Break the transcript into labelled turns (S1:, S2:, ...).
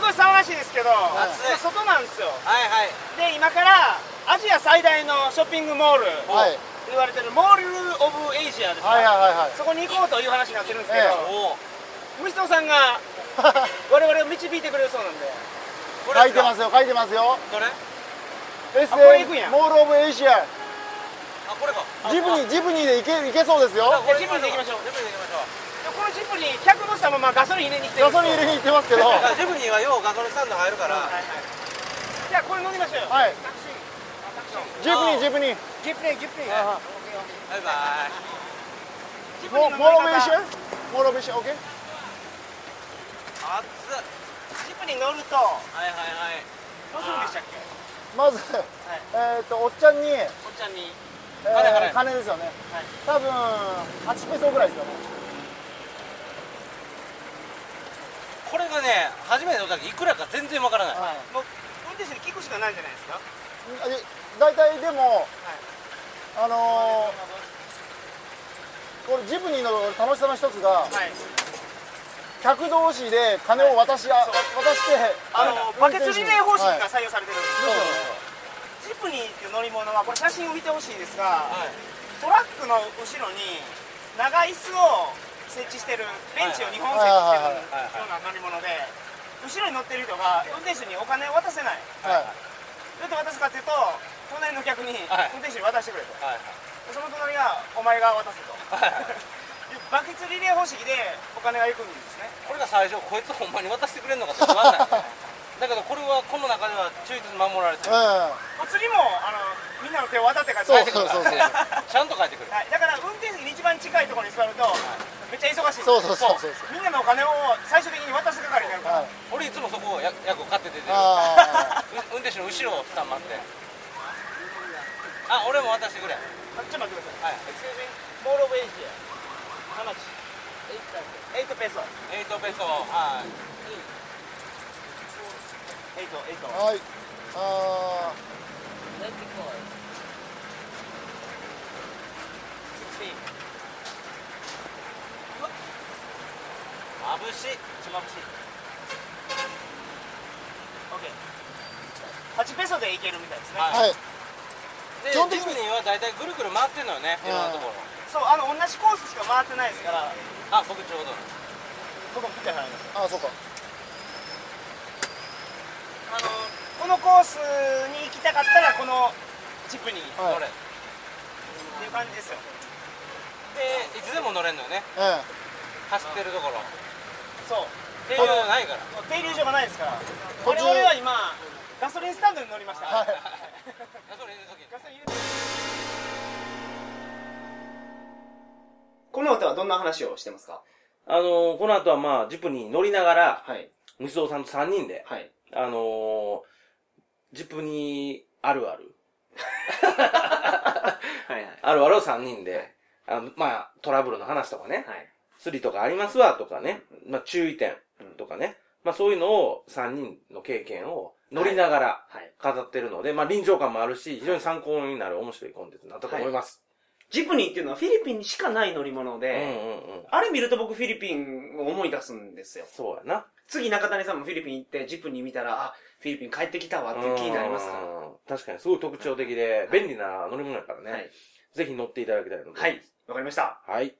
S1: ど、
S2: 暑い
S1: まあ外なんですよ
S2: はいはい
S1: で今からアジア最大のショッピングモール
S3: はい
S1: と言われてるモール・オブ・エイジアですか、
S3: はいはいはいはい
S1: そこに行こうという話になってるんですけ
S3: え
S1: ど、
S2: おお
S1: 虫野さんが我々を導いてくれるそうなんで
S2: こ
S3: 書いてますすよ書いてますよ
S2: どれあ
S3: エス
S1: これ行くんや
S3: モールオブエイシア
S2: これか
S3: ジブニージブニーで行け行けそうですよ
S2: あこれ
S1: ジブニで行きましょう
S2: ジブニで行きましょう
S1: でこのジップに100度したままガソリン入れに来てる
S3: ガソリン入れに行ってますけど
S2: だからジブニはようガソリンスタンド入るから
S1: はいはいじゃあこれ乗りましょうよ
S3: はい
S1: タクシ
S3: ジ
S1: ー
S3: ブニージブニー
S1: ギプリンギプリン
S3: あ
S2: バイバイ
S1: ジップ
S3: モ
S1: リ
S3: ー
S1: ンの
S3: モールオブ
S1: 乗り
S3: エイシアモールオブエイ
S1: 方
S3: シアオッケー
S2: 暑っ
S1: ジップに乗るとど
S2: はいはいはいう
S1: するんでしたっけ
S3: まず、えっとおっちゃんに、え
S1: おっちゃんに
S3: ー
S2: 金払え
S3: 金ですよね、
S1: はい
S3: 多分8ペソぐらいですよね
S2: これがね初めての時いくらか全然わからない
S3: はい
S1: もう運転手に聞くしかないんじゃないですか
S3: え大体でも、あのーこれジブニーの楽しさの一つが
S1: はい
S3: 客同士で金を渡し,、あ渡して
S1: あの
S3: はい
S1: バケツリレー方式
S3: は
S1: が
S3: い
S1: 採用されてるんです、ジップニーっていう乗り物はこれ写真を見てほしいんですが
S2: はい
S1: トラックの後ろに長い椅子を設置してるベンチを2本設置してる
S2: はいはいは
S1: ような乗
S2: いはいはい
S1: り物で後ろに乗ってる人が運転手にお金を渡せない
S3: はい
S1: どうやって渡すかっていうと隣の客に
S2: はい
S1: 運転手に渡してくれと、
S2: はい
S1: その隣がお前が渡せと、
S2: はいはい
S1: でバケツリレー方式でお金が行くんですね
S2: これが最初こいつほんまに渡してくれんのかって不安なんだよねだけどこれはこの中では忠実に守られてる
S1: お釣りもあのみんなの手を渡ってか
S3: そ
S1: ら
S3: う
S1: 帰ってく
S3: そうそう
S1: る
S3: そう
S2: ちゃんと返ってくる
S1: はい、だから運転席に一番近いところに座るとめっちゃ忙しい
S3: そうそうそうそう
S1: みんなのお金を最終的に渡す係にな
S3: はい
S1: るから、
S2: 俺いつもそこをや役を買って出てる
S3: あ
S2: う運転手の後ろをスタンバってあ俺も渡してくれはい
S1: あちょっと待ってください
S2: Excuse me
S1: ボールオブエイジアマチエイトペソ
S2: エイトペソはい
S1: エイトエイト
S3: ーはいあ
S1: シックスティーン
S2: まぶしいちまぶしい
S1: オッケー8ペソでいけるみたいですね、
S3: ー
S2: はい
S3: はい
S2: で
S3: 基
S2: ジ
S3: 本的に
S2: ブニーは大体ぐるぐる回ってんのよねいろんなところ
S1: そうあの同じコースしか回ってないですから
S2: あ僕ちょうど
S1: 僕も見てないです
S3: あーそうか
S1: あのこのコースに行きたかったらこのジップにっ
S3: はい
S2: これ
S1: ていう感じですよ
S2: でいつでも乗れんのよね
S3: ええ
S2: 走ってるところ
S1: そう
S2: っていうのないから
S1: 停留所がないですから
S3: 途
S1: 我
S3: 中
S1: 々は今ガソリンスタンドに乗りました、
S3: はい
S2: それ入れる時に
S1: ガソリン入れてこの歌はどんな話をしてますか
S2: あのーこの後はまあ、ジップに乗りながら、
S1: はい
S2: 西蔵さんと3人で、
S1: はい
S2: あのージップにあるある。
S1: はいはい
S2: あるあるを3人で、あのまあ、トラブルの話とかね、
S1: はい
S2: スリとかありますわとかね、まあ、注意点とかね、まあ、そういうのを3人の経験を乗りながら
S1: はい
S2: 語ってるので、まあ、臨場感もあるし、非常に参考になる面白いコンテンツになったと思います。
S1: ジプニーっていうのはフィリピンにしかない乗り物で、
S2: うんうんうん。
S1: あれ見ると僕フィリピンを思い出すんですよ
S2: そうやな。
S1: 次中谷さんもフィリピン行ってジプニー見たらあフィリピン帰ってきたわっていう気になりますから
S2: うん確かに、すごい特徴的で、便利な乗り物やからね。
S1: はい
S2: ぜひ乗っていただきたいので。
S1: はいわかりました
S2: はい。